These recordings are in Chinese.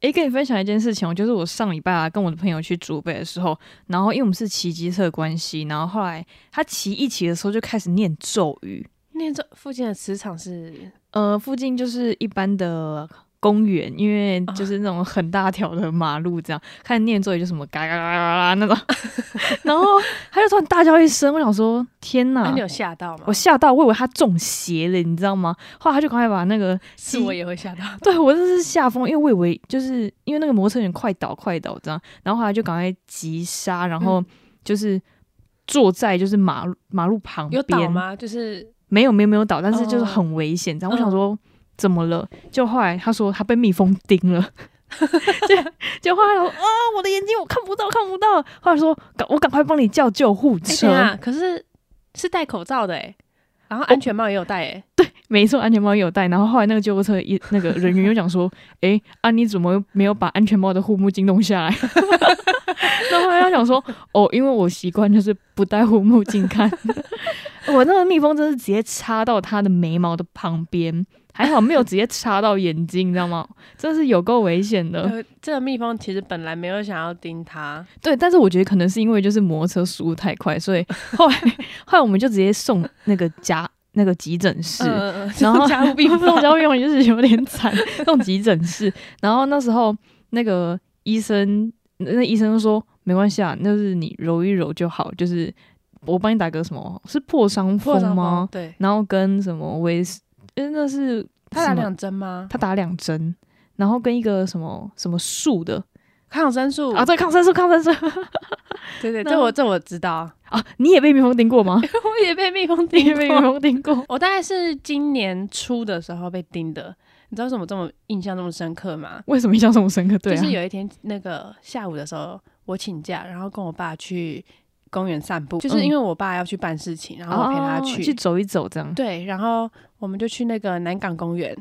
诶，跟你分享一件事情哦，就是我上礼拜啊，跟我的朋友去竹北的时候，然后因为我们是骑机车的关系，然后后来他骑一骑的时候就开始念咒语，念咒附近的磁场是呃，附近就是一般的公园，因为啊就是那种很大条的马路，这样、看念咒语就什么嘎嘎嘎嘎嘎 那种，然后他就突然大叫一声，我想说天啊，哪你！有吓到 吗？我吓到，我以为他中邪了，你知道吗？后来他就赶快把那个是我也会吓到， 对我真是吓疯，因为我以为就是因为那个摩托车有点快倒快倒这样，然后后来就赶快急刹，然嗯后就是坐在就是马路马路旁边，有倒吗？就是没有没有没有倒，但是就是哦很危险这样。我想嗯说怎么了？就后来他说他被蜜蜂叮了。 就就后来我啊、我的眼睛我看不到，看不到。后来说，赶我赶快帮你叫救护哎、车。等一下，可是是戴口罩的哎、然后安全帽也有戴哎、没错，安全帽也有戴。然后后来那个救护车一那个人员又讲 说：“诶，啊，你怎么没有把安全帽的护目镜弄下来？” 然后后来他讲说：“哦，因为我习惯就是不戴护目镜看。” 我那个蜜蜂真是直接插到他的眉毛的旁边，还好没有直接插到眼睛，你知道吗？真是有够危险的。呃，这个蜜蜂其实本来没有想要叮它， 对，但是我觉得可能是因为就是摩托车速度太快，所以后 来后来我们就直接送那个家那个急诊室。呃、然后 加 入病这种房，交用就是有点惨， 那种急诊室。然后那时候那个医生，那医生就说没关系啊，那是你揉一揉就好，就是我帮你打个什么是破伤破风伤吗风？？对，然后跟什么维斯，诶那是他打什么两针吗？他打两针，然后跟一个什么什么树的抗生素啊，对，抗生素，抗生素 对对，那哦这我这我知道，啊，你也被蜜蜂叮过吗？ 我也被蜜蜂你也叮被蜜过。蜂叮过？我大概是今年初的时候被叮的，你知道为什么这么印象那么深刻吗？为什么印象这么深刻？对啊，就是有一天那个下午的时候，我请假，然后跟我爸去公园散步，就是因为我爸要去办事情，然后我陪他嗯哦去。去走一走这样，对，然后我们就去那个南港公园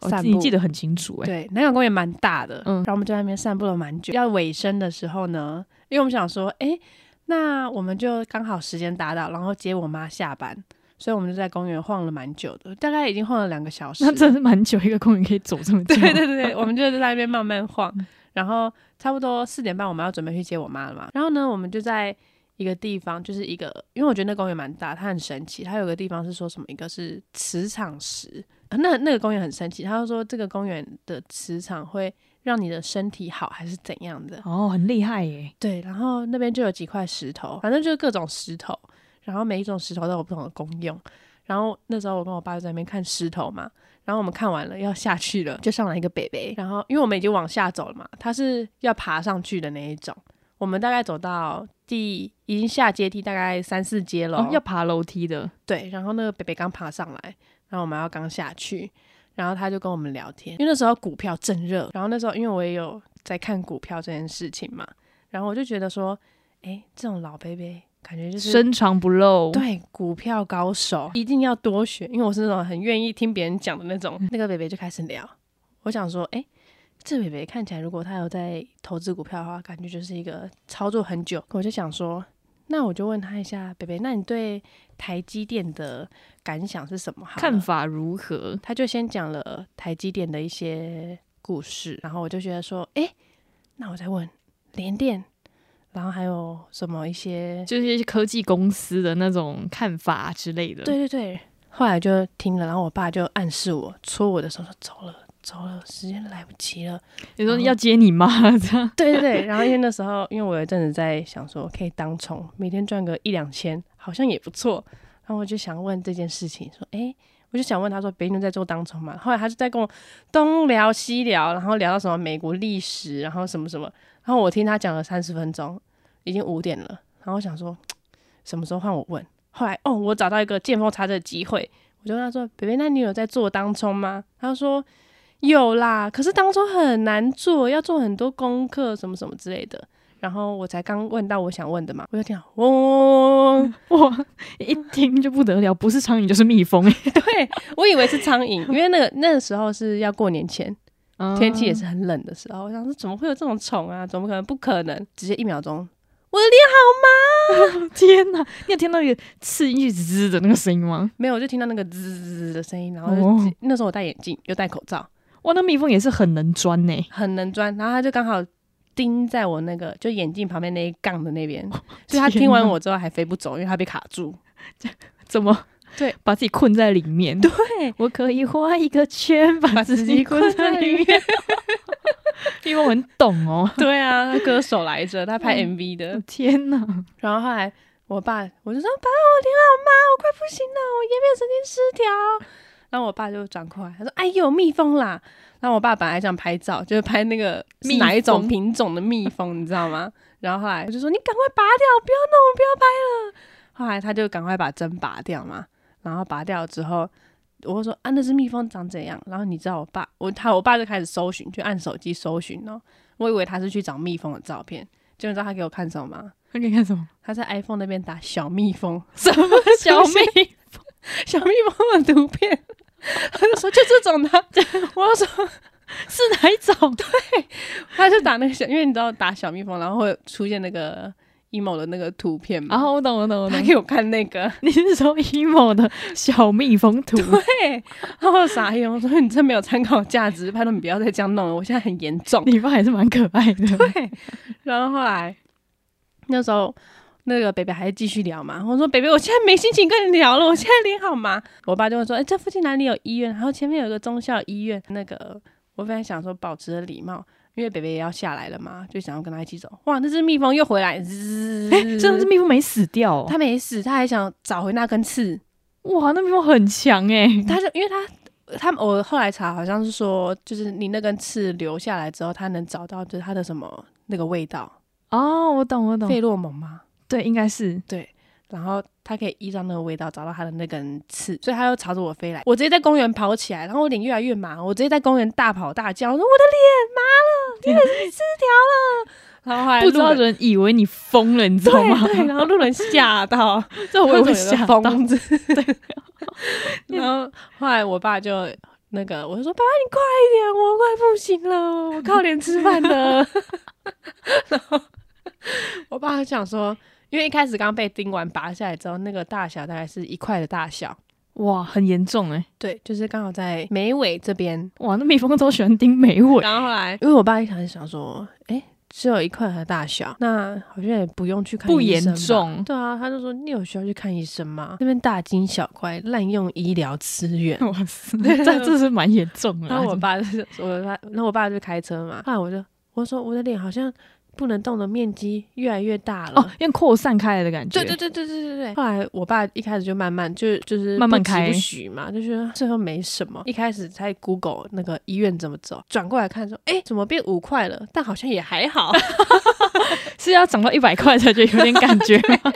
哦散步。你记得很清楚哎、对，南港公园蛮大的，嗯然后我们就在那边散步了蛮久。要尾声的时候呢，因为我们想说，诶，那我们就刚好时间达到，然后接我妈下班，所以我们就在公园晃了蛮久的，大概已经晃了两个小时了。 那真是蛮久，一个公园可以走这么久。对对对对，我们就在那边慢慢晃，然后差不多四点半我们要准备去接我妈了嘛。然后呢，我们就在一个地方，就是一个，因为我觉得那公园蛮大，它很神奇。它有个地方是说什么，一个是磁场石，啊那那个公园很神奇。他就说这个公园的磁场会让你的身体好，还是怎样的？哦，很厉害耶！对，然后那边就有几块石头，反正就是各种石头，然后每一种石头都有不同的功用。然后那时候我跟我爸就在那边看石头嘛，然后我们看完了要下去了，就上来一个北北，然后因为我们已经往下走了嘛，他是要爬上去的那一种。我们大概走到第已经下阶梯大概三四阶了、哦，要爬楼梯的，对，然后那个北北刚爬上来，然后我们要刚下去，然后他就跟我们聊天，因为那时候股票正热，然后那时候因为我也有在看股票这件事情嘛，然后我就觉得说，哎，这种老贝贝感觉就是深藏不露。，对股票高手一定要多学，因为我是那种很愿意听别人讲的那种。嗯那个北北就开始聊，我想说，哎、这北北看起来如果他有在投资股票的话，感觉就是一个操作很久。我就想说，那我就问他一下，北北，那你对台积电的感想是什么？好了看法如何？他就先讲了台积电的一些故事，然后我就觉得说，哎、那我再问联电，然后还有什么一些就是一些科技公司的那种看法之类的。，对对对，后来就听了，然后我爸就暗示我，戳我的手说走了走了，时间来不及了。你说要接你妈 这样，对对对，然后因为那时候，因为我有一阵子在想说，可以当冲，每天赚个一两千，好像也不错。然后我就想问这件事情，说，哎、我就想问他说，别人在做当冲嘛？后来他就在跟我东聊西聊，然后聊到什么美国历史，然后什么什么。然后我听他讲了三十分钟，已经五点了。然后我想说，什么时候换我问？后来哦，我找到一个见缝插针的机会，我就问他说：“北北，那你有在做当冲吗？”他说：“有啦，可是当中很难做，要做很多功课，什么什么之类的。然后我才刚问到我想问的嘛，我就听到嗡嗡嗡嗡，哇，一听就不得 了，不是苍蝇就是蜜蜂。欸对我以为是苍蝇，因为那个那个时候是要过年前，嗯天气也是很冷的时候，我想说怎么会有这种虫啊？怎么可能？不可能！直接一秒钟，我的脸 嗯。天哪，你有听到一个刺进去滋的那个声音吗？没有，我就听到那个滋滋滋的声音，然后就、哦那时候我戴眼镜又戴口罩，哇，那蜜蜂也是很能钻欸呢、很能钻，然后他就刚好钉在我那个就眼镜旁边那一杠的那边，所以他听完我之后还飞不走，因为他被卡住。怎么对把自己困在里面？对，我可以画一个圈把把自自己己困困在在里里面。 蜜蜂很懂哦，对啊，他歌手来着，他拍嗯 MV 的。 天哪！然后后来我爸，我就说爸，我脸好麻，我快不行了，我颜面神经失调。然后我爸就转过来，他说：“哎呦，蜜蜂啦！”然后我爸本来想拍照，就是拍那个是蜜哪一种蜂品种的蜜蜂，你知道吗？然后后来我就说：“你赶快拔掉，不要弄，不要拍了。”后来他就赶快把针拔掉嘛。然后拔掉之后，我就说：“啊，那只蜜蜂长怎样？”然后你知道我爸，我他我爸就开始搜寻，就按手机搜寻哦。我以为他是去找蜜蜂的照片，结果你知道他给我看什么吗？那你看什么？他在 iPhone 那边打小蜜蜂，什么小蜜？小蜜蜂的图片，他就说就这种的，我就说 是哪一 种？他就打那个小，因为你知道打小蜜蜂，然后会出现那个 emo 的那个图片嘛，然啊后我懂，我懂，我他懂。给我看那个，你是说 emo 的小蜜蜂 图？对，然后我傻眼，我说你真没有参考价值，拜托你不要再这样弄了，我现在很严重。你爸还是蛮可爱的。对， 然后后来那时候那个北北还继续聊嘛，我说北北，我现在没心情跟你聊了，我现在脸好麻。我爸就会说，哎、这附近哪里有医院？然后前面有一个中校医院。那个我本来想说保持着礼貌，因为北北也要下来了嘛，就想要跟他一起走。哇，那只蜜蜂又回来，滋，哎、真的是蜜蜂没死掉、哦。它没死，它还想找回那根刺。哇，那蜜蜂很强哎、他就因为他他们我后来查好像是说，就是你那根刺留下来之后，它能找到就是它的什么那个味道，哦，我懂，我懂。费洛蒙吗？对，应该是然后它可以依照那个味道找到它的那根刺，所以它又朝着我飞来。我直接在公园跑起来，然后我脸越来越麻，我直接在公园大跑大叫，我说我的脸麻了，你的失调了。然后后来不知道路人人以为你疯了，你 知道吗？对对，然后路人吓到， 这我也会他怎么有吓个到。疯子。 对，然后后来我爸就那个，我就说：“爸爸，你快一点，我快不行了，我靠脸吃饭的。” 然后我爸就想说，因为一开始刚被钉完拔下来之后，那个大小大概是一块的大小，哇，很严重哎、对，就是刚好在眉尾这边。哇，那蜜蜂都喜欢盯眉尾，然后后来，因为我爸一开始想说，哎、只有一块的大小，那好像也不用去看不医严生吧重。对啊，他就说你有需要去看医生吗？那边大惊小怪，滥用医疗资源。 哇塞，这这是蛮严重的啊。然后我爸就是我爸，那我爸就开车嘛。后来我就我说我的脸好像不能动的面积越来越大了。哦，因为扩散开来的感觉。对对对对对对对。后来我爸一开始就慢慢就就是慢慢不疾开不徐嘛，就觉得这又没什么。一开始在 Google 那个医院怎么走，转过来看说，哎，怎么变五块了？但好像也还好。是要涨到一百块才觉得有点感觉吗？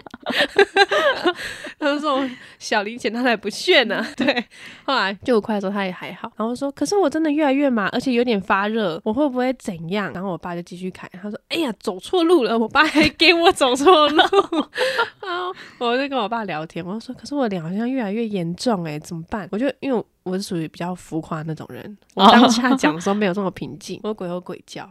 他就说小零钱他才不屑呢。嗯 对，后来就五块的时候他也还好，然后说可是我真的越来越麻，而且有点发热，我会不会怎样？然后我爸就继续开，他说哎呀走错路了，我爸还给我走 错路。 然后我就跟我爸聊天，我就说可是我脸好像越来越严重哎、怎么办？我就因为我是属于比较浮夸那种人，我当哦下讲的时候没有这么平静，我鬼吼鬼叫。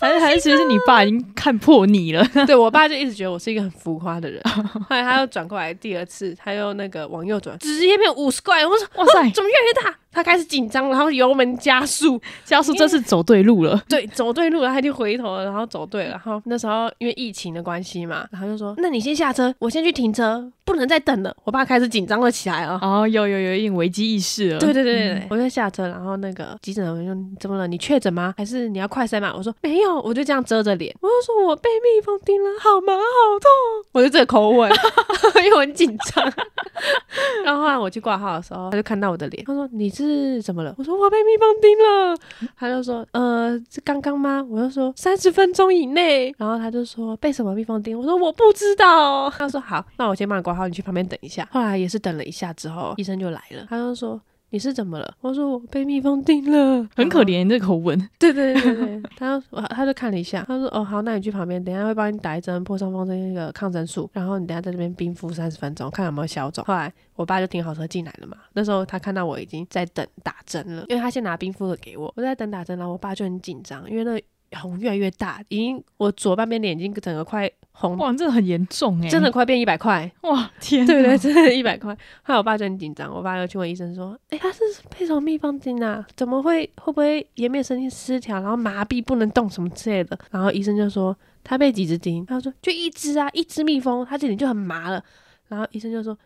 还是还是其实你爸已经看破你了？对我爸就一直觉得我是一个很浮夸的人，后来他又转过来第二次，他又那个往右转，直接变五十块。我说 哇塞，怎么越来越大？他开始紧张，然后油门加速，家叔这次走对路了。对，走对路了，他就回头了，然后走对了。然后那时候因为疫情的关系嘛，然后就说：“那你先下车，我先去停车，不能再等了。”我爸开始紧张了起来啊。哦，有有有一点危机意识了。对对对对，对我就下车，然后那个急诊的人就怎么了？你确诊吗？还是你要快筛吗？我说没有，我就这样遮着脸，我就说我被蜜蜂叮了，好麻好痛，我就这个口吻， 因为我很紧张。 然后后来我去挂号的时候，他就看到我的脸，他说你是怎么了？我说我被蜜蜂叮了，他就说呃是刚刚吗？我就说三十分钟以内，然后他就说被什么蜜蜂叮？我说我不知道。他说好，那我先帮你挂号，你去旁边等一下。后来也是等了一下之后，医生就来了，他就说你是怎么了？我说我被蜜蜂叮了，很可。怜这口吻。 对对对对，对他就他就看了一下，他说哦好，那你去旁边，等一下会帮你打一针破伤风的那个抗生素，然后你等一下在这边冰敷三十分钟，看有没有消肿。后来我爸就停好车进来了嘛，那时候他看到我已经在等打针了，因为他先拿冰敷的给我，我在等打针，然后我爸就很紧张，因为那个红越来越大，已经我左半边脸已经整个快红，哇，这很严重哎、真的快变一百块，哇，天，对对，，真的一百块。后来我爸就很紧张，我爸就去问医生说：“哎、他是配什么秘方精啊？怎么会会不会颜面神经失调，然后麻痹不能动什么之类的？”然后医生就说：“他被几只叮？”他说：“就一只啊，一只蜜蜂，他这里就很麻了。”然后医生就说：“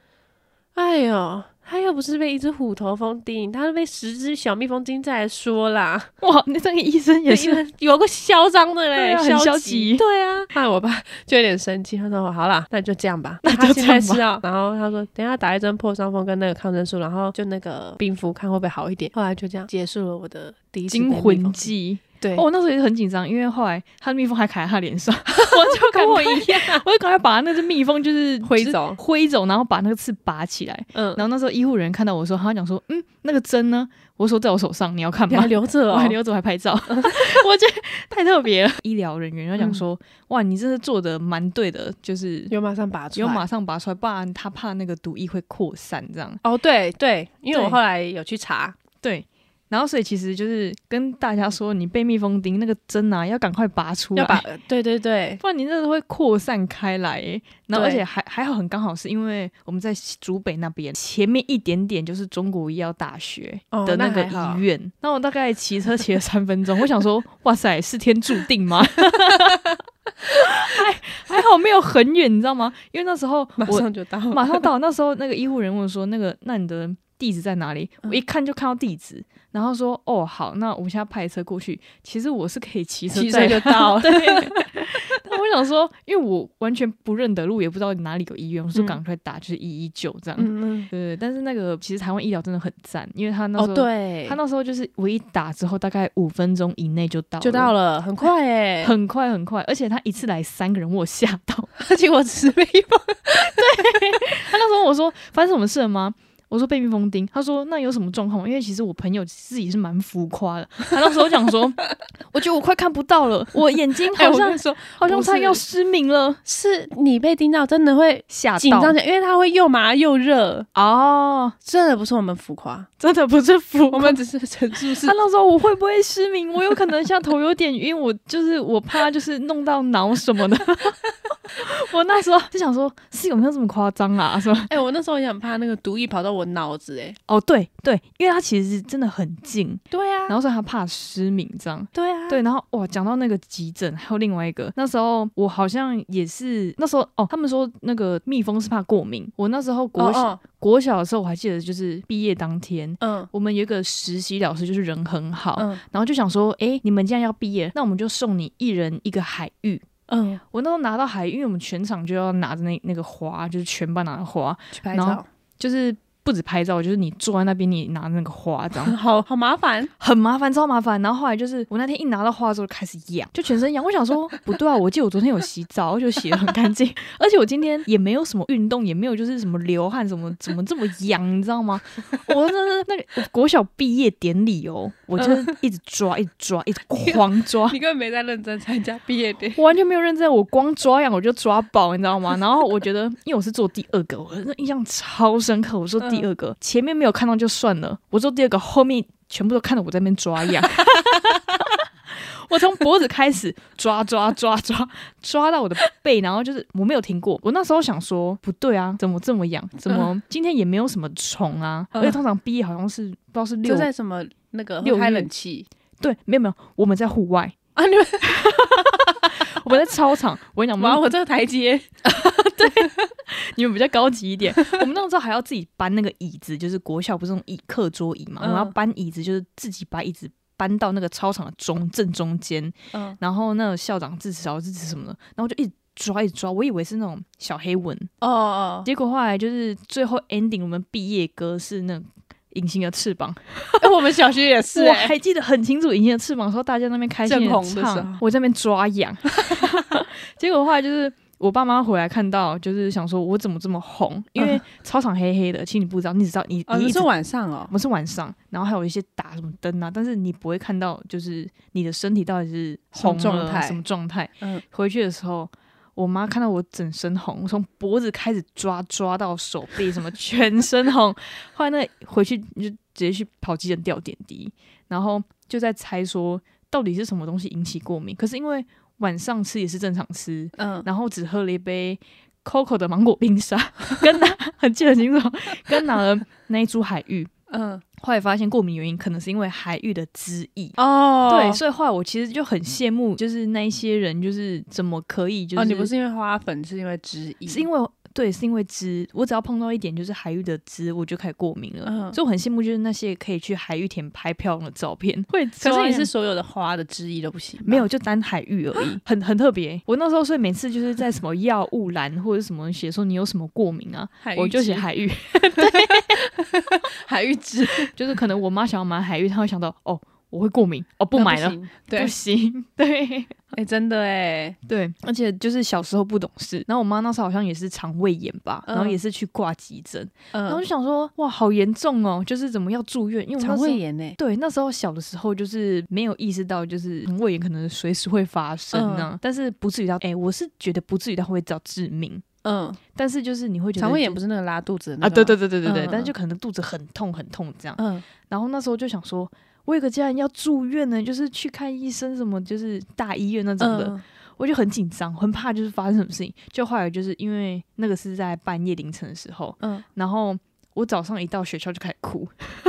哎呦，他又不是被一只虎头蜂叮，他是被十只小蜜蜂叮再来说啦。”哇，那这个医生也是，有个嚣张的嘞，对啊很消消极对啊，那我爸就有点生气，他说：“好啦，那 就这样吧。”那他就现这在样吃药，然后他说：“等一下打一针破伤风跟那个抗生素，然后就那个冰敷，看会不会好一点。”后来就这样结束了我的第一次惊被蜜魂蜂记。对，哦，我 那时候也是很紧张，因为后来他的蜜蜂还卡在他脸上，我就跟我一样， 我就赶快把那只蜜蜂就是挥就是走挥走，然后把那个刺拔起来。 嗯，然后那时候医护人员看到我说，他讲说，嗯，那个针呢？我说在 我手上，你要看你吗还？留着我哦还，留着，我还 拍照，我觉得太特别了。医疗人员就讲说，哇，你真的做的蛮对的，就是有马上拔出有马来。上拔出来，不然他怕那个毒液会扩散这样。哦，对对，因为我对后来有去查，对，然后所以其实就是跟大家说，你被蜜蜂叮那个针啊，要赶快拔出来，要把对对对，不然你那个会扩散开来耶。然后而对且还还好，很刚好是因为我们在竹北那边，前面一点点就是中国医药大学哦的那个还好医院。那我大概骑车骑了三分钟，我想说，哇塞，是天注定吗？ 还还好没有很远，你知道吗？因为那时候马我上就到了，马上到。那时候那个医护人问我说：“那个，那你的地址在哪里？”我嗯一看就看到地址，然后说：“哦，好，那我们现在派车过去。”其实我是可以骑车骑车载就他到了 对。但我想说，因为我完全不认得路，也不知道哪里有医院，我就嗯赶快打就是一一九这样。嗯嗯，对对，但是那个其实台湾医疗真的很赞，因为他那哦时候、对他，那时候就是我一打之后，大概五分钟以内就到就到了。了，很快哎，很快很快，而且他一次来三个人，我有吓到。 结果只是被一包他那时候我说发生什么事了吗？我说被蜜蜂叮。他说那有什么状况吗？因为其实我朋友自己是蛮浮夸的。 他那时候讲说，我觉得我快看不到了，我眼睛哎好我像、跟你说好像不是快要失明了，是你被叮到，真的会吓到紧张起来，因为它会又麻又热，哦，真的不是我们浮夸， 真的不是浮我夸。们只是陈述是他那时候我会不会失明？我有可能像头有点晕，我就是我怕就是弄到脑什么的。 我那时候就想说，是有没有这么夸张啊？是吧？ 哎、我那时候也很怕那个毒液跑到我脑子、哎，哦，对对，因为他其实真的很近，对啊然，后所以他怕失明这样。对啊，对，然后哇，讲到那个急诊，还有另外一个，那时候我好像也是那时候哦，他们说那个蜜蜂是怕过敏。我那时候哦，国小、哦国小的时候，我还记得就是毕业当天，嗯我们有一个实习老师，就是人很好，嗯然后就想说，诶，你们既然要毕业，那我们就送你一人一个海芋。嗯，我那时候拿到海芋，因为我们全场就要拿着那那个花，就是全班拿着花，去拍然照后，就是不止拍照，就是你坐在那边，你拿着那个花这样。 好好麻烦，很麻烦，超麻烦。然后后来就是我那天一拿到花之后就开始痒，就全身痒。我想说不对啊，我记得我昨天有洗澡，而且我洗得很干 净，而且我今天也没有什么运动，也没有就是什么流汗，怎么怎么这么痒，你知道 吗？我真的是那个我国小毕业典礼哦，我 就是一直抓，一直抓，一直狂抓。 你根本没在认真参加毕业典礼，我完全没有认真，我光抓痒我就抓爆，你知道吗？ 然后我觉得，因为我是做第二个，我那印象超深刻。我做第二嗯个，前面没有看到就算了，我做第二个，后面全部都看到我在那边抓痒。我从脖子开始抓抓抓抓抓到我的背，然后就是我没有停过。我那时候想说，不对啊，怎么这么痒？怎么今天也没有什么虫啊？而嗯且通常毕业好像是不知道是就六在什么那个六开日冷气对，没有没有，我们在户外，啊，你们我们在操场。我跟你讲，我们玩我这个台阶，你们比较高级一点。我们那个时候还要自己搬那个椅子，就是国校不是那种椅课桌椅嘛，嗯我们要搬椅子，就是自己把椅子搬到那个操场的中正中间，嗯，然后那个校长致辞、老啊师致辞什么的，然后我就一直抓一直抓，我以为是那种小黑蚊，哦哦，结果后来就是最后 ending 我们毕业歌是那。隐形的翅膀， 哎我们小学也是、我哎，还记得很清楚。隐形的翅膀的时候，大家那边开心地正红的时候唱，我在那边抓 痒。结果后来就是我爸妈回来看到，就是想说我怎么这么红？因为操场黑黑的，其实你不知道，你只知道你嗯哦，你你一直是晚上哦我，们是晚上，然后还有一些打什么灯啊，但是你不会看到，就是你的身体到底是什么红状了态什么状态。嗯回去的时候，我妈看到我整身红，我从脖子开始抓，抓到手臂，什么全身红。后来那回去就直接去跑急诊吊点滴，然后就在猜说到底是什么东西引起过敏。可是因为晚上吃也是正常吃，嗯，然后只喝了一杯 Coco 的芒果冰沙，跟拿 很记得很清楚，跟拿了那一株海芋。嗯后来发现过敏原因可能是因为海芋的汁液。哦，对，所以后来我其实就很羡慕，就是那一些人，就是怎么可以，就是、哦，你不是因为花粉，是因为汁液，是因为对，是因为汁，我只要碰到一点就是海芋的汁，我就开始过敏了。嗯所以我很羡慕，就是那些可以去海芋田拍漂亮的照片， 会可抓是你那是所有的花的汁液都不行，没有，就单海芋而啊已，很很特别。我那时候所以每次就是在什么药物栏或者什么写说你有什么过敏啊，海芋汁，我就写海芋，海芋汁，就是可能我妈想要买海芋，她会想到哦我会过敏，哦不买那了，行，对不，行， 对哎，真的哎，对，而且就是小时候不懂事，然后我妈那时候好像也是肠胃炎吧，然后嗯也是去挂急诊，然后嗯就，想说哇好严重哦，就是怎么要住院，因为我那肠时候胃。炎哎，对，那时候小的时候就是没有意识到，就是肠胃炎可能随时会发生呢、嗯但是不至于到，哎、我是觉得不至于到会到致命，嗯，但是就是你会觉得肠胃炎就不是那个拉肚子的那啊，个对吗对，对对对对，嗯但是嗯就可能肚子很痛很痛这样。嗯然后那时候就想说，我有个家人要住院呢，就是去看医生什么，就是大医院那种的，嗯我就很紧张，很怕就是发生什么事情。就后来就是因为那个是在半夜凌晨的时候，嗯，然后我早上一到学校就开始哭，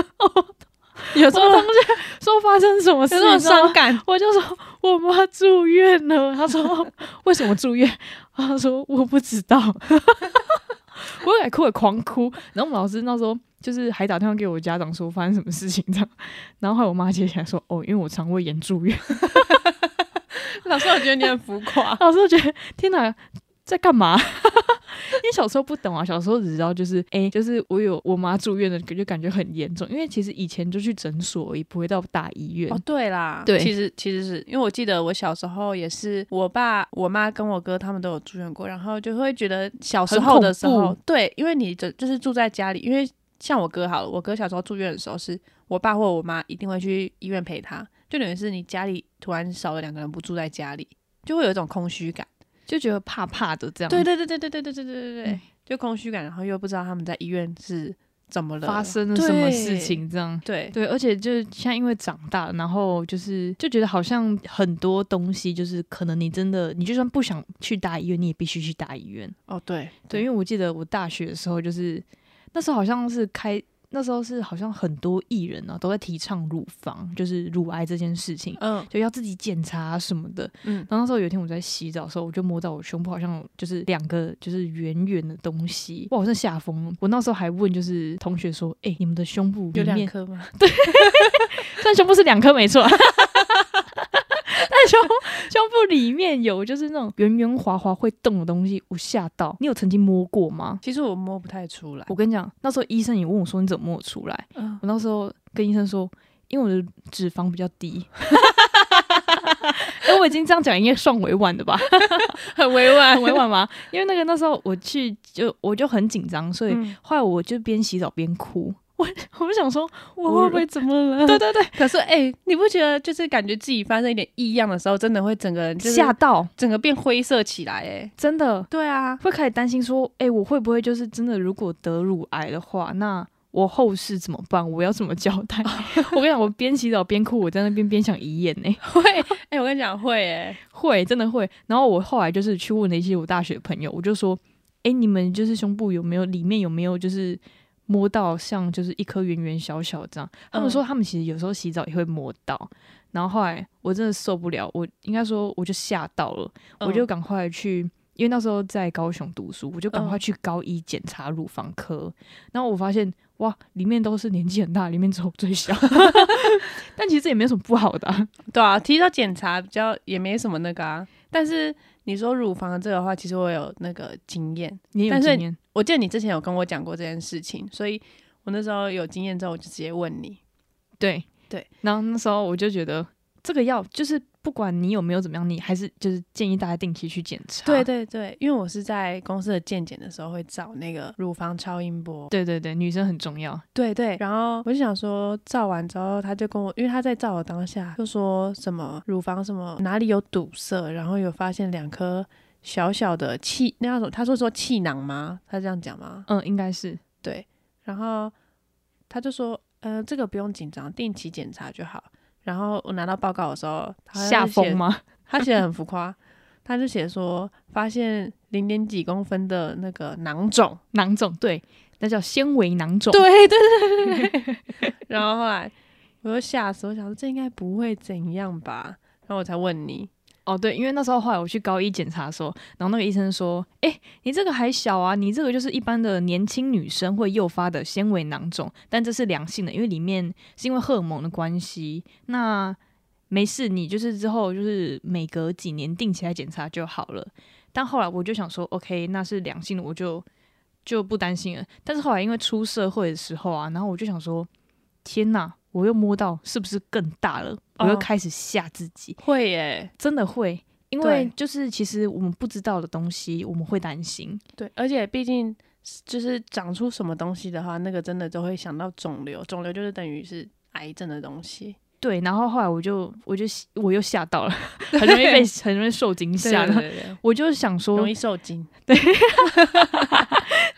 有这我同么学说发生什么事有这么你知道吗伤感，我就说我妈住院了，他说为什么住院？他说我不知道， 我也哭也狂哭。然后我们老师那时候就是还打电话给我家长说发生什么事情这样，然后后来我妈接起来说哦，因为我肠胃炎住院。，老师，我觉得你很浮夸老师就觉得天哪，在干嘛？ 因为小时候不懂啊，小时候只知道就是哎、就是我有我妈住院的，就感觉很严重。因为其实以前就去诊所而已，不会到大医院。哦，对啦，对其实其实是因为我记得我小时候也是，我爸、我妈跟我哥他们都有住院过，然后就会觉得小时候的时很候恐，对，因为你就就是住在家里，因为像我哥好了，我哥小时候住院的时候是，我爸或我妈一定会去医院陪他，就等于是你家里突然少了两个人不住在家里，就会有一种空虚感。就觉得怕怕的这样。对对对对对对对对对对对嗯，就空虚感，然后又不知道他们在医院是怎么了，发生了什么事情这样。对。对，而且就是现在因为长大，然后就是就觉得好像很多东西，就是可能你真的，你就算不想去大医院，你也必须去大医院。哦，对对，因为我记得我大学的时候，就是那时候好像是开，那时候是好像很多艺人啊都在提倡乳房，就是乳癌这件事情，嗯就要自己检查啊什么的。嗯然后那时候有一天我在洗澡的时候，我就摸到我胸部好像有就是两个就是圆圆的东西，哇，我真的吓疯了。我那时候还问就是同学说，哎、你们的胸部里有两面，颗吗？虽然胸部是两颗没错。 但胸胸部里面有就是那种圆圆滑滑会动的东西，我吓到。你有曾经摸过吗？其实我摸不太出来我。跟你讲，那时候医生也问我说你怎么摸得出来？嗯，我那时候跟医生说，因为我的脂肪比较低。 哎、我已经这样讲，应该算委婉的吧？ 很委婉很委婉吗？因为那个那时候我去就我就很紧张，所以嗯后来我就边洗澡边哭。我我就想说，我会不会怎么了？对对对，可是哎、你不觉得就是感觉自己发生一点异样的时候，真的会整个人就是吓到，整个变灰色起来、哎，真的对啊， 会开始担心说，哎、我会不会就是真的，如果得乳癌的话，那我后事怎么办？我要怎么交代？ 我跟你讲，我边洗澡边哭，我在那边边想遗言呢、会哎、我跟你讲会哎、会真的会。然后我后来就是去问了一些我大学朋友，我就说，哎、你们就是胸部有没有里面有没有就是摸到像就是一颗圆圆小小这样？他嗯们说他们其实有时候洗澡也会摸到。然后后来我真的受不了，我应该说我就吓到了，嗯我就赶快去。因为那时候在高雄读书，我就赶嗯快去高一检查乳房科，然后我发现哇，里面都是年纪很大，里面只有我最小， 但其实也没有什么不好的啊、对啊，提到检查比较也没什么那个啊，但是你说乳房的这个话，其实我有那个经验，你也有但是经验，我记得你之前有跟我讲过这件事情，所以我那时候有经验之后，我就直接问你，对对，然后那时候我就觉得这个药就是不管你有没有怎么样，你还是就是建议大家定期去检查。对对对，因为我是在公司的健检的时候会找那个乳房超音波，对对对，女生很重要。对对，然后我就想说，照完之后他就跟我，因为他在照的当下就说什么乳房什么哪里有堵塞，然后有发现两颗小小的气，那叫什么？他说说气囊吗？他这样讲吗？嗯，应该是对，然后他就说，呃，这个不用紧张，定期检查就好。然后我拿到报告的时候，他下就写风吗？ 他写的很浮夸，他就写说发现零点几公分的那个囊肿，囊肿，对，那叫纤维囊肿。对对对对对。 然后后来我又吓死，我想说这应该不会怎样吧，然后我才问你，哦，对，因为那时候后来我去高一检查的时候，然后那个医生说：“哎、你这个还小啊，你这个就是一般的年轻女生会诱发的纤维囊肿，但这是良性的，因为里面是因为荷尔蒙的关系。那没事，你就是之后就是每隔几年定期来检查就好了。”但后来我就想说，OK，那是良性的，我就就不担心了。但是后来因为出社会的时候啊，然后我就想说，天哪，我又摸到是不是更大了？我又哦开始吓自己。会耶，真的会，因为对就是其实我们不知道的东西，我们会担心。对，而且毕竟就是长出什么东西的话，那个真的都会想到肿瘤，肿瘤就是等于是癌症的东 西。对，然后后来我就我就我又吓 到了，很容易被很容易受惊吓对了。对对对我就想说容，易受惊。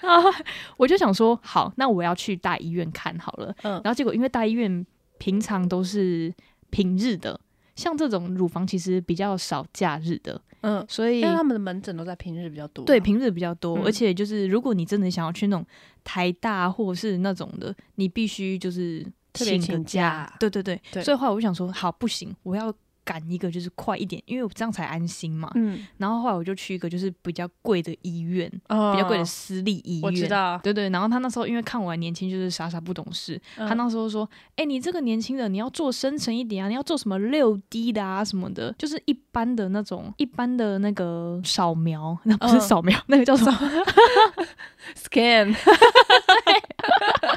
然后我就想说，好，那我要去大医院看好了。嗯然后结果因为大医院平常都是平日的，像这种乳房其实比较少假日的，嗯，所以因为他们的门诊都在平日比较多。对，平日比较多，嗯而且就是如果你真的想要去那种台大或是那种的，你必须就是特别请个请假对对对，对所以后来我就想说，好不行，我要赶一个就是快一点，因为我这样才安心嘛。嗯，然后后来我就去一个就是比较贵的医院，哦比较贵的私立医院。我知道。对对，然后他那时候因为看我还年轻，就是傻傻不懂事，他嗯那时候说：“哎、你这个年轻人，你要做深层一点啊，你要做什么六 D 的啊，什么的，就是一般的那种一般的那个扫描，那不是嗯扫描，那个叫什么？ scan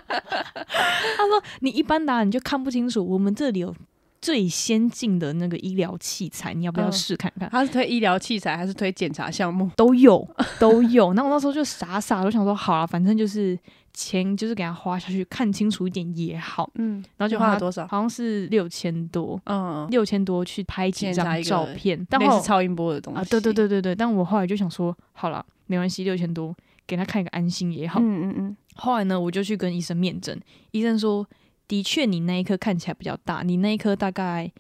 他说 你一般的、啊、你就看不清楚，我们这里有最先进的那个医疗器材，你要不要嗯试看看？”他是推医疗器材还是推检查项目？都 有都有，那我那时候就傻傻，我想说好了，反正就是钱就是给他花下去，看清楚一点也好。嗯，然后就花他了多少？好像是六千多，嗯，六千多去拍几检查张一个照片，但类后似超音波的东西啊，对对，对对对，但我后来就想说，好了，没关系，六千多给他看一个安心也好。嗯嗯嗯，后来呢，我就去跟医生面诊，医生说，的确你那一颗看起来比较大，你那一颗大概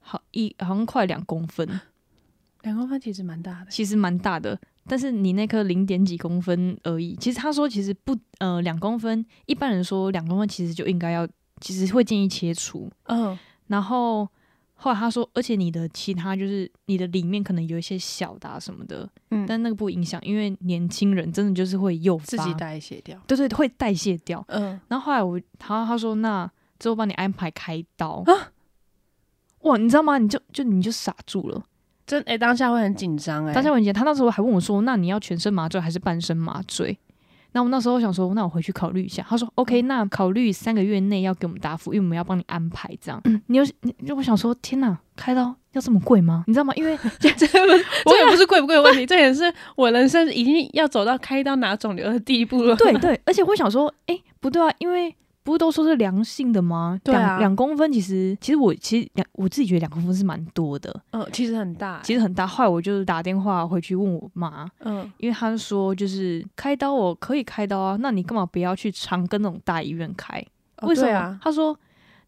好一好像快两公分， 两公分其实蛮大的。其实蛮大的。但是你那颗零点几公分而已，其实他说其实不呃两公分，一般人说两公分其实就应该要，其实会建议切除。嗯然后后来他说，而且你的其他就是你的里面可能有一些小的、啊、什么的，嗯，但那个不影响，因为年轻人真的就是会诱发，自己代谢掉。对对，会代谢掉。嗯，然后后来我，他他说那之后帮你安排开刀啊哇，你知道吗？你就就你就傻住了。真哎，当下会很紧张哎，当下 文杰他那时候还问我说，那你要全身麻醉还是半身麻醉？那我那时候想说，那我回去考虑一下。他说，OK，那考虑三个月内要给我们答复，因为我们要帮你安排这样。你有你，你我想说，天哪，开刀要这么贵吗？你知道吗？因为 这也不是贵不贵的问题，这也是我人生已经要走到开刀拿肿瘤的地步了。 对对，而且我想说，哎、不对啊，因为不是都说是良性的吗？对啊两两公分其实，其实我其实两我自己觉得两公分是蛮多的， 嗯，其实很大欸，其实很大。后来我就打电话回去问我妈，嗯因为她说就是开刀我可以开刀啊，那你干嘛不要去长庚那种大医院开？哦为什对么？啊？她说。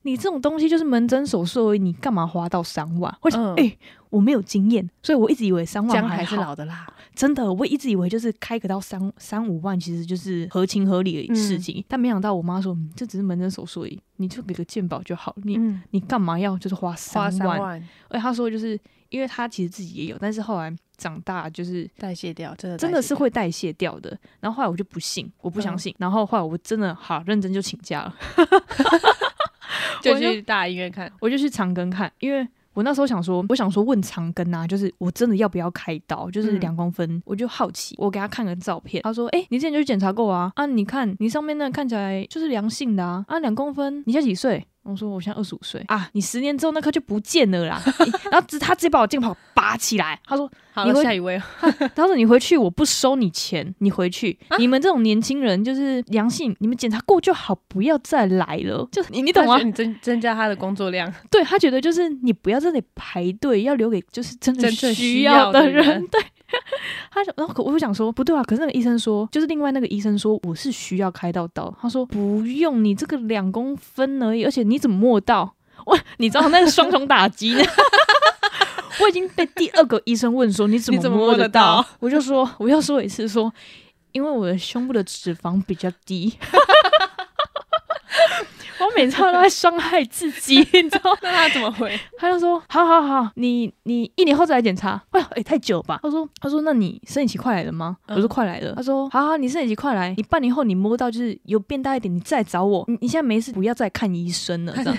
你这种东西就是门诊手术而已，你干嘛花到三万？我想，哎、嗯我没有经验，所以我一直以为三万姜还还是好老的辣，真的，我一直以为就是开个到三三五万，其实就是合情合理的事嗯情。但没想到我妈说，嗯，这只是门诊手术而已，你就给个健保就好，你、嗯，你干嘛要就是花花三三万？万而且她说，就是因为她其实自己也有，但是后来长大就是代谢掉，真的真代的谢是会代谢掉的。然后后来我就不信，我不相信。然后后来我真的好认真就请假了， 掉我就去大医院看，我就去长庚看，因为我那时候想说，我想说问长庚啊，就是我真的要不要开刀，就是嗯两公分，我就好奇，我给他看个照片，他说，哎、你之前就去检查过啊，啊，你看你上面那看起来就是良性的啊，啊，两公分，你现在几岁？我说我现在二十五岁啊，你十年之后那颗就不见了啦。 诶然后直他直接把我镜头拔起来，他说好你了，会下一位，他说你回去我不收你钱，你回去，啊你们这种年轻人就是良性，你们检查过就好，不要再来了。就你你懂吗他觉得？你增增加他的工作量，对他觉得就是你不要在那里排队，要留给就是真的真正需需要的的人对，他想然后可我就想说不对啊，可是那个医生说，就是另外那个医生说我是需要开到刀，他说不用，你这个两公分而已，而且你怎么摸到？哇，你知道那个双重打击呢？ 我已经被第二个医生问说你怎你怎么摸摸得到？到我就说我又说一次说，因为我的胸部的脂肪比较低。 我每次都在伤害自己，你知道吗？ 那他怎么 回？他就说：“好好好，你你一年后再来检查。”哎呦，哎、太久吧？他说：“他说那你生理期快来了吗？”嗯我说：“快来了。”他说：“好好，你生理期快来，你半年后你摸到就是有变大一点，你再来找我。你你现在没事，不要再看医生了。” 这样，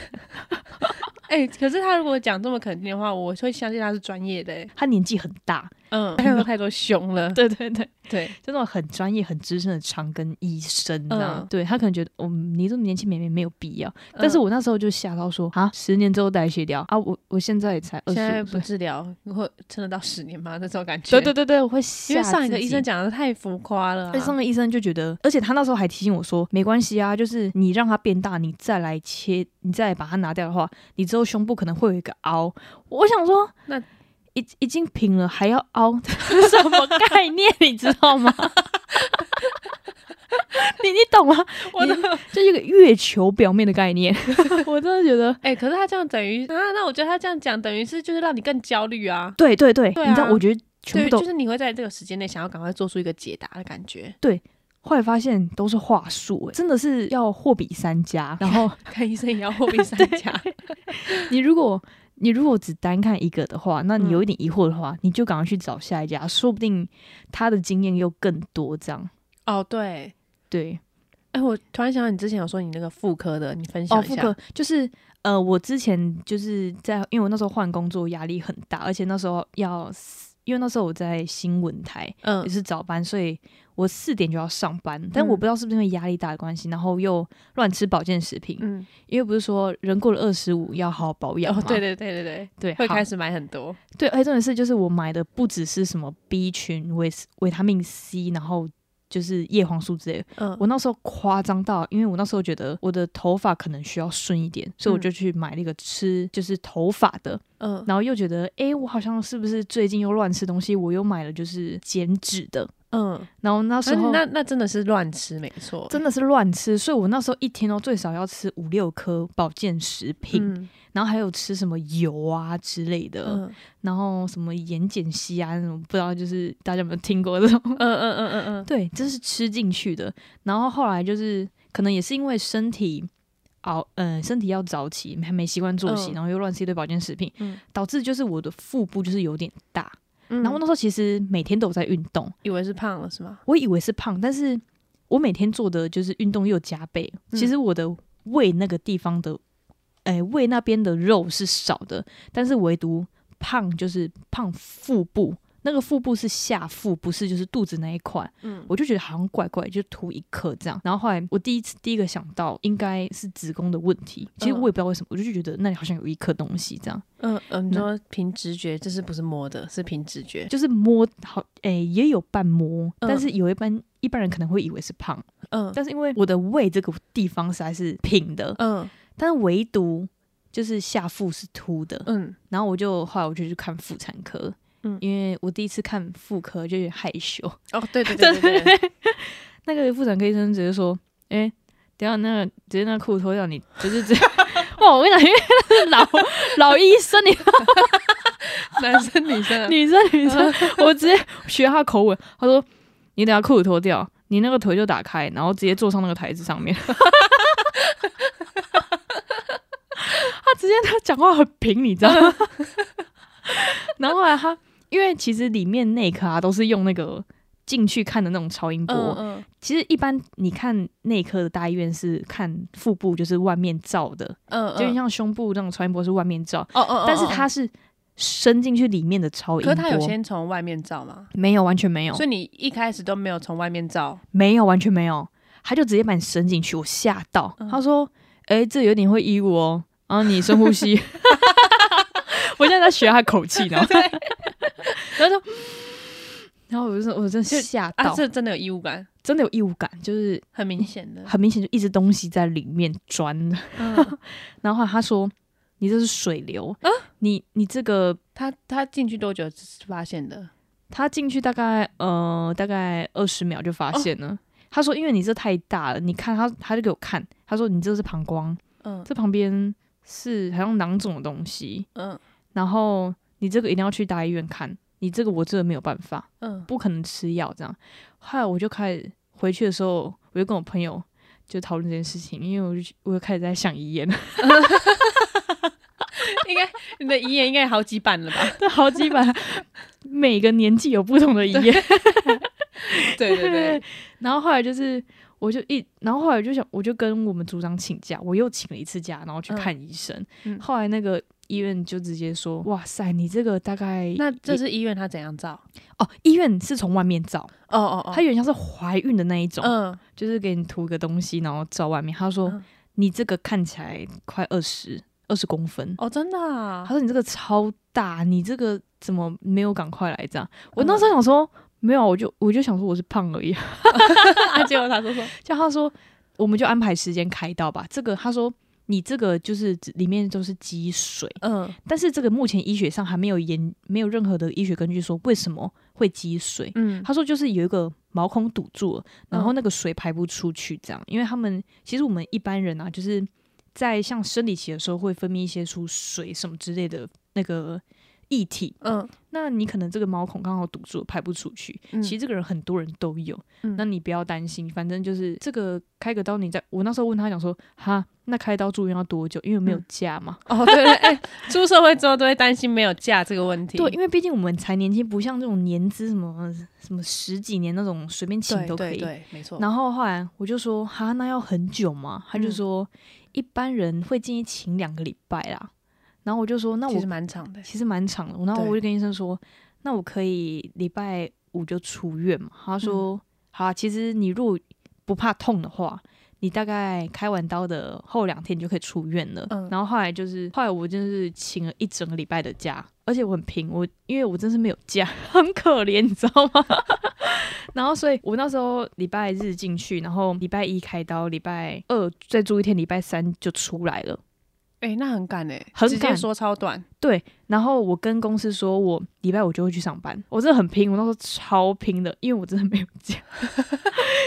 哎、可是他如果讲这么肯定的话，我会相信他是专业的、欸。他年纪很大，嗯，他有太多凶了。 对对对，对，就那种很专业、很资深的长庚医生啊，嗯对他可能觉得，嗯，你这么年轻妹妹没有必要。但是嗯我那时候就吓到说，啊，十年之后代谢掉啊，我我现在也才二现在十不岁，治疗，会撑得到十年吗？那种感觉。对对，对对，我会吓。因为上一个医生。讲的太浮夸了、对，上啊。个医生就觉得，而且他那时候还提醒我说，没关系啊，就是你让它变大，你再来切，你再来把它拿掉的话，你之后胸部可能会有一个凹。我想说，那已已经平了还要凹， 这是什么概念？你知道吗？ 你你懂吗？我你这是一个月球表面的概念， 我真的觉得。哎、可是他这样等于啊，那我觉得他这样讲等于是就是让你更焦虑啊。对对对， 对啊你知道，我觉得全对，部都、就是你会在这个时间内想要赶快做出一个解答的感 觉。后来发现都是话术、欸，真的是要货比三家。然后看医 生也要货比三家。你如果你如果只单看一个的话，那你嗯有一点疑惑的话，你就赶快去找下一家，说不定他的经验又更多。这样哦，对，对哎、我突然想到你之前有说你那个妇科的，你分享哦，一副下。科就是呃，我之前就是在因为我那时候换工作压力很大，而且那时候要因为那时候我在新闻台，嗯也，是早班，所以我四点就要上班，但我不知道是不是因为压力大的关系，然后又乱吃保健食品，嗯，因为不是说人过了二十五要好好保养哦嘛、，对对对对对，对，会开始始买很多，对，而且重点是就是我买的不只是什么 B 群、维维他命 C，然后。就是叶黄素之类的，嗯，我那时候夸张到，因为我那时候觉得我的头发可能需要顺一点，所以我嗯就去买了一个吃就是头发的，嗯然后又觉得，诶，我好像是不是最近又乱吃东西，我又买了就是减脂的，嗯，然后那可时是候、那那真的是乱吃，没错，真的是乱吃，所以我那时候一天都哦最少要吃五六颗保健食品，嗯然后还有吃什么油啊之类的，嗯然后什么盐碱烯啊那种，不知道就是大家有没有听过这种？ 嗯嗯嗯嗯嗯，对，这是吃进去的。然后后来就是可能也是因为身体熬，嗯、身体要早起，还没习惯作息，嗯然后又乱吃一堆保健食品，嗯导致就是我的腹部就是有点大。嗯然后那时候其实每天都有在运动，以为是胖了是吗？我以为是胖，但是我每天做的就是运动又加倍，嗯其实我的胃那个地方的，哎、胃那边的肉是少的，但是唯独胖就是胖腹部。那个腹部是下腹，不是就是肚子那一块，嗯，我就觉得好像怪怪，就凸一颗这样。然后后来我第一次第一个想到应该是子宫的问题，其实嗯我也不知道为什么，我就觉得那里好像有一颗东西这样，嗯嗯，你说凭直觉，这是不是摸的？是凭直觉，就是摸好，哎、也有半摸，嗯但是有一般一般人可能会以为是胖，嗯但是因为我的胃这个地方实在是平的，嗯但是唯独就是下腹是凸的，嗯然后我就后来我就去看妇产科，嗯因为我第一次看妇科就有点害羞，哦，对 对对对对，那个妇产科医生直接说，哎、等一下那个直接那裤脱掉你，就是直接， 哇，我跟你讲，因为那是老老医生，你 男生女生啊， 女生女 生，我直接学他口吻，他说你等一下裤子脱掉，你那个腿就打开，然后直接坐上那个台子上面。 他直接他讲话很平，你知道 吗？然后后来他因为其实里面内科啊都是用那个进去看的那种超音波，嗯嗯其实一般你看内科的大医院是看腹部，就是外面照的，嗯，就像胸部那种超音波是外面照，哦哦，但是他是伸进去里面的超音可波。是他有先从外面照吗？没有，完全没有，所以你一开始都没有从外面 照，没有，完全没有，他就直接把你伸进去，我吓到。嗯他说：“哎、这有点会医我哦，然后你深呼 吸。”我现在在学他口气呢，然后就， 然后我就说，我真的就吓到，啊，这真的有异物感，真的有异物感，就是很明显的。很明显就一只东西在里面钻 的。嗯，然后后来他说：“你这是水流，啊你你这个。”他他进去多久是发现的？他进去大概呃大概二十秒就发现了。他说：“因为你这太大了，你看他，他就给我看，他说你这是膀胱，嗯这旁边是好像囊肿的东西，嗯然后你这个一定要去大医院看，你这个我真的没有办法，嗯，不可能吃药这样。后来我就开始回去的时候，我就跟我朋友就讨论这件事情，因为我就我就开始在想遗言，应该你的遗言应该有好几版了 吧？这 好几版，每个年纪有不同的遗言。对对对， 然后后来就是，我就一，然后后来我就想，我就跟我们组长请假，我又请了一次假，然后去嗯看医生。嗯后来那个医院就直接说：“哇塞，你这个大概那这是医院他怎样照？哦，医院是从外面照，哦哦哦它有点像是怀孕的那一种，嗯就是给你涂个东西，然后照外面。他说、嗯你这个看起来快二十二十公分，哦，真的他 啊，说你这个超大，你这个怎么没有赶快来这样？嗯我那时候想说。”没有啊，我就我就想说我是胖而已， 啊，结果他说说，叫他说，我们就安排时间开刀吧。这个他说，你这个就是只里面都是积水，嗯但是这个目前医学上还没有研，没有任何的医学根据说为什么会积水。嗯，他说就是有一个毛孔堵住了，然后嗯那个水排不出去，这样。因为他们其实我们一般人啊，就是在像生理期的时候会分泌一些出水什么之类的那个液体，嗯，那你可能这个毛孔刚好堵住了排不出去，其实这个人很多人都有，嗯那你不要担心，反正就是这个开个刀，你在我那时候问他讲说，哈，那开刀住院要多久？因为没有嗯假嘛。哦，对对，哎、 出社会之后都会担心没有假这个问题。对，因为毕竟我们才年轻，不像这种年资什么什么十几年那种随便请对都可以。对对，没错。然后后来我就说，哈，那要很久吗？他就嗯说，一般人会建议请两个礼拜啦。然后我就说，那其我实蛮长的，其实蛮长的。然后对我就跟医生说，那我可以礼拜五就出院嘛？他说，嗯好啊、其实你如果不怕痛的话，你大概开完刀的后两天你就可以出院了。嗯然后后来就是，后来我真的是请了一整个礼拜的假，而且我很拼，我因为我真是没有假，很可怜，你知道吗？ 然后，所以我那时候礼拜日进去，然后礼拜一开刀，礼拜二再住一天，礼拜三就出来了。哎、那很赶哎、很直接赶说超短，对，然后我跟公司说，我礼拜五就会去上班。我真的很拼，我那时候超拼的，因为我真的没有假。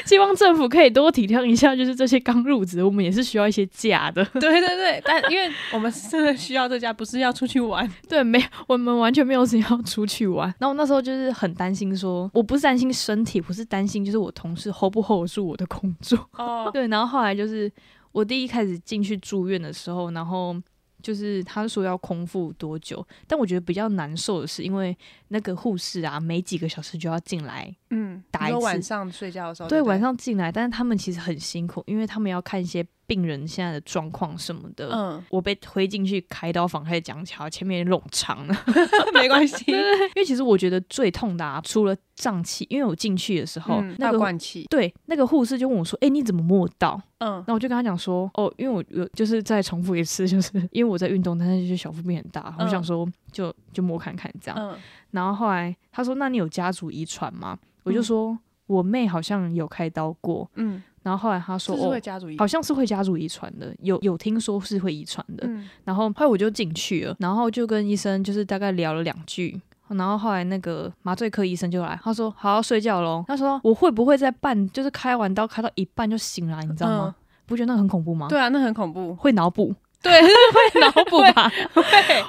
希望政府可以多体谅一下，就是这些刚入职，我们也是需要一些假的。 对对对， 但因为我们真的需要这家，不是要出去玩，对，没，我们完全没有时间要出去玩。然后我那时候就是很担心说，我不是担心身体，我是担心就是我同事 hold 不 hold 得住我的工作。哦，对，然后后来就是我第一开始进去住院的时候，然后就是他说要空腹多久，但我觉得比较难受的是，因为那个护士啊，每几个小时就要进来， 嗯，打你一说次晚上睡觉的时候，对，不晚，上进来，但是他们其实很辛苦，因为他们要看一些病人现在的状况什么的。嗯，我被推进去开刀房开始讲起来，前面冗长 了。 没关系，因为其实我觉得最痛的、啊，除了胀气，因为我进去的时候，嗯，那要个灌气，对那个护士就问我说：“哎、你怎么摸到？”嗯，那我就跟他讲说，哦，因为我有就是再重复一次，就是 因为我在运动，但是就是小腹变很大，嗯我想说就就摸看看这样。嗯，然后后来他说，那你有家族遗传吗？我就说、我妹好像有开刀过。嗯，然后后来他这说，是会哦，家族遗好，像是会家族遗传的，有有听说是会遗传的。嗯然后后来我就进去了，然后就跟医生就是大概聊了两句。然后后来那个麻醉科医生就来，他说：“好要睡觉喽。”他说：“ 我会不会在半，就是开完刀开到一半就醒来，你知道吗？不觉得那个很恐怖吗？”嗯对啊，那很恐 怖，会脑补，对会脑补吧。对，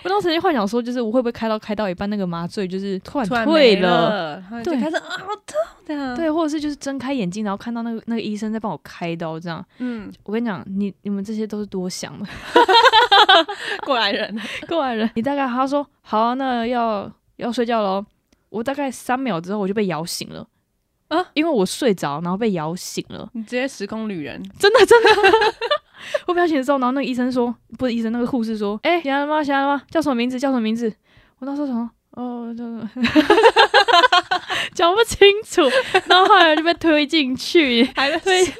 我当时就幻想说，就是我会不会开到开到一半，那个麻醉就是突然突然退没了。了，然后就对开始啊，好痛这样，，对，或者是就是睁开眼睛，然后看到那个那个医生在帮我开刀，这样。嗯，我跟你讲，你你们这些都是多想 的，过来人，过来人。你大概他说好、啊，那要要睡觉喽。我大概三秒之后我就被摇醒了，啊，因为我睡着，然后被摇醒了，你直接时空旅人，真的真的。 我被摇醒的时候，然后那个医生说，不是医生，那个护士说，哎、醒来了吗？醒来了吗？叫什么名字？叫什么名字？我那时候想说，哦，这个 讲不清楚，然后后来就被推进去， 还在对睡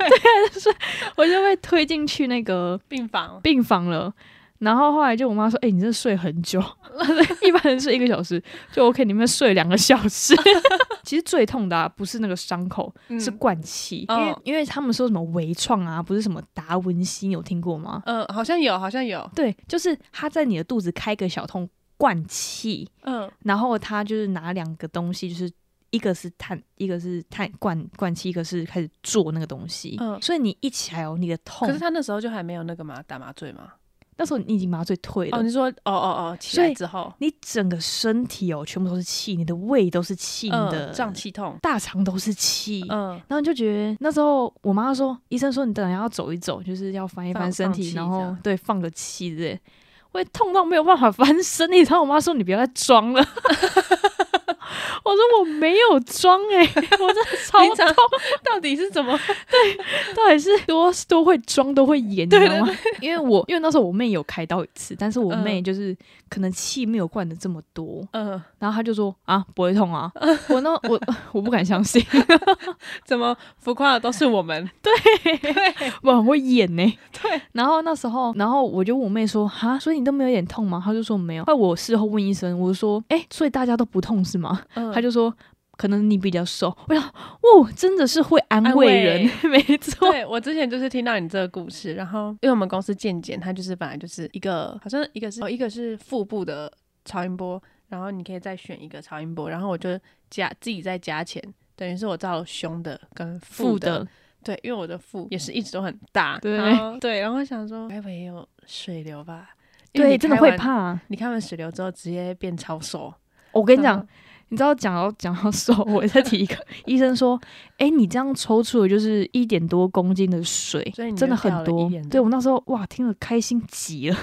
我就被推进去那个病房，病房了。然后后来就我妈说：“哎、你这睡很久， 一般人睡一个小时，就 OK，你们睡两个小时。 其实最痛的、啊、不是那个伤口，嗯是灌气，哦因为因为他们说什么微创啊，不是什么达文西，你有听过吗？嗯，好像有，好像有，对，就是他在你的肚子开个小洞灌气，嗯然后他就是拿两个东西，就是一个是碳，一个是碳灌灌气，一个是开始做那个东西。嗯所以你一起来哦，你的痛可是他那时候就还没有那个嘛，打麻醉嘛。那时候你已经麻醉退了，哦，你说哦哦哦，起所来以之后，你整个身体哦全部都是气，你的胃都是气，你的嗯，胀气痛，大肠都是气。嗯，然后你就觉得那时候我妈说，医生说你等一下要走一走，就是要翻一翻放身放体，气然这后样对放个气之类，我也痛到没有办法 翻身。你知道我妈说你不要再装了， 我说我没有装哎、我真的超平常 痛，到底是怎么？到底是多多会装都会演，你对知道吗？因为我因为那时候我妹有开刀一次，但是我嗯妹就是可能气没有灌的这么多， 嗯，然后她就说啊不会痛啊， 我那我我不敢相信，怎么浮夸的都是我们？ 我很会演欸呢、对，然后那时候，然后我就问我妹说：“哈，所以你都没有一点痛吗？”她就说没有。后来我事后问医生，我就说：“哎、所以大家都不痛是吗？”嗯她就说：“可能你比较瘦。”我想，哦，真的是会安安慰慰人， 没错。对我之前就是听到你这个故事，然后因为我们公司健检，它就是本来就是一个好像一个是哦一个是腹部的超音波，然后你可以再选一个超音波，然后我就加自己再加钱，等于是我照胸的跟负的，的，对，因为我的腹也是一直都很大，对然后对，然后我想说该不会也有水流吧？因为对，你真的开会完。怕、你看完水流之后，直接变超瘦。我跟你然讲后，，你知道讲到讲到瘦，我再提一个，医生说：“哎、你这样抽出的就是一点多公斤的水，所以你就真的掉很了多 1.多。”对我那时候哇，听了开心极了，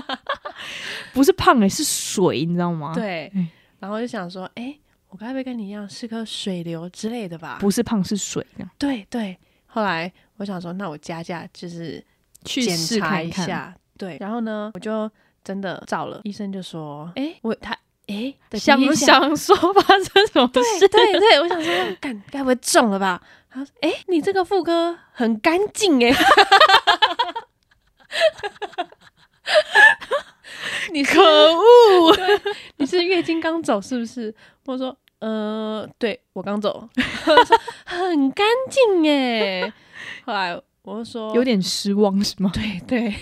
不是胖哎、是水，你知道吗？。对嗯，然后我就想说，哎、我该不会跟你一样是个水流之类的吧？不是胖是水，这样对对。后来我想说，那我加价就是去检试查看一看。下。对，然后呢，我就真的照了，医生就说，哎、我他哎、的想第一不下想说发生什么对事？对对，我想说，干该不会中了吧？他说：“哎、你这个副歌很干净哎。” 你可恶！对你是月经刚走是不是？我说，呃，对我刚走， 我说很干净哎。后来我就说，有点失望是吗？对对，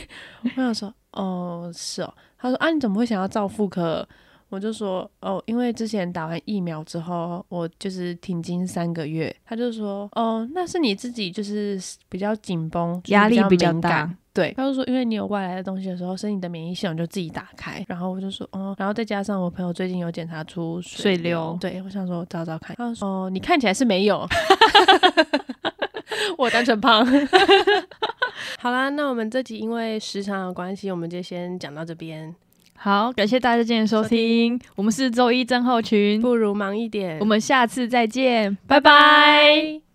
我想说，哦，是哦。他说啊，你怎么会想要照妇科？我就说，哦，因为之前打完疫苗之后，我就是停经三个月。他就说，哦，那是你自己就是比较紧绷，就是压力比较敏大感。对，他就说，因为你有外来的东西的时候，身体的免疫系统就自己打开。然后我就说，哦，然后再加上我朋友最近有检查出水水流对我想说找找看。他就说，哦，你看起来是没有， 我单纯胖。 好啦，那我们这集因为时长的关系，我们就先讲到这边。好，感谢大家今天的收听，我们是周一症候群，不如忙一点，我们下次再见，拜拜。拜。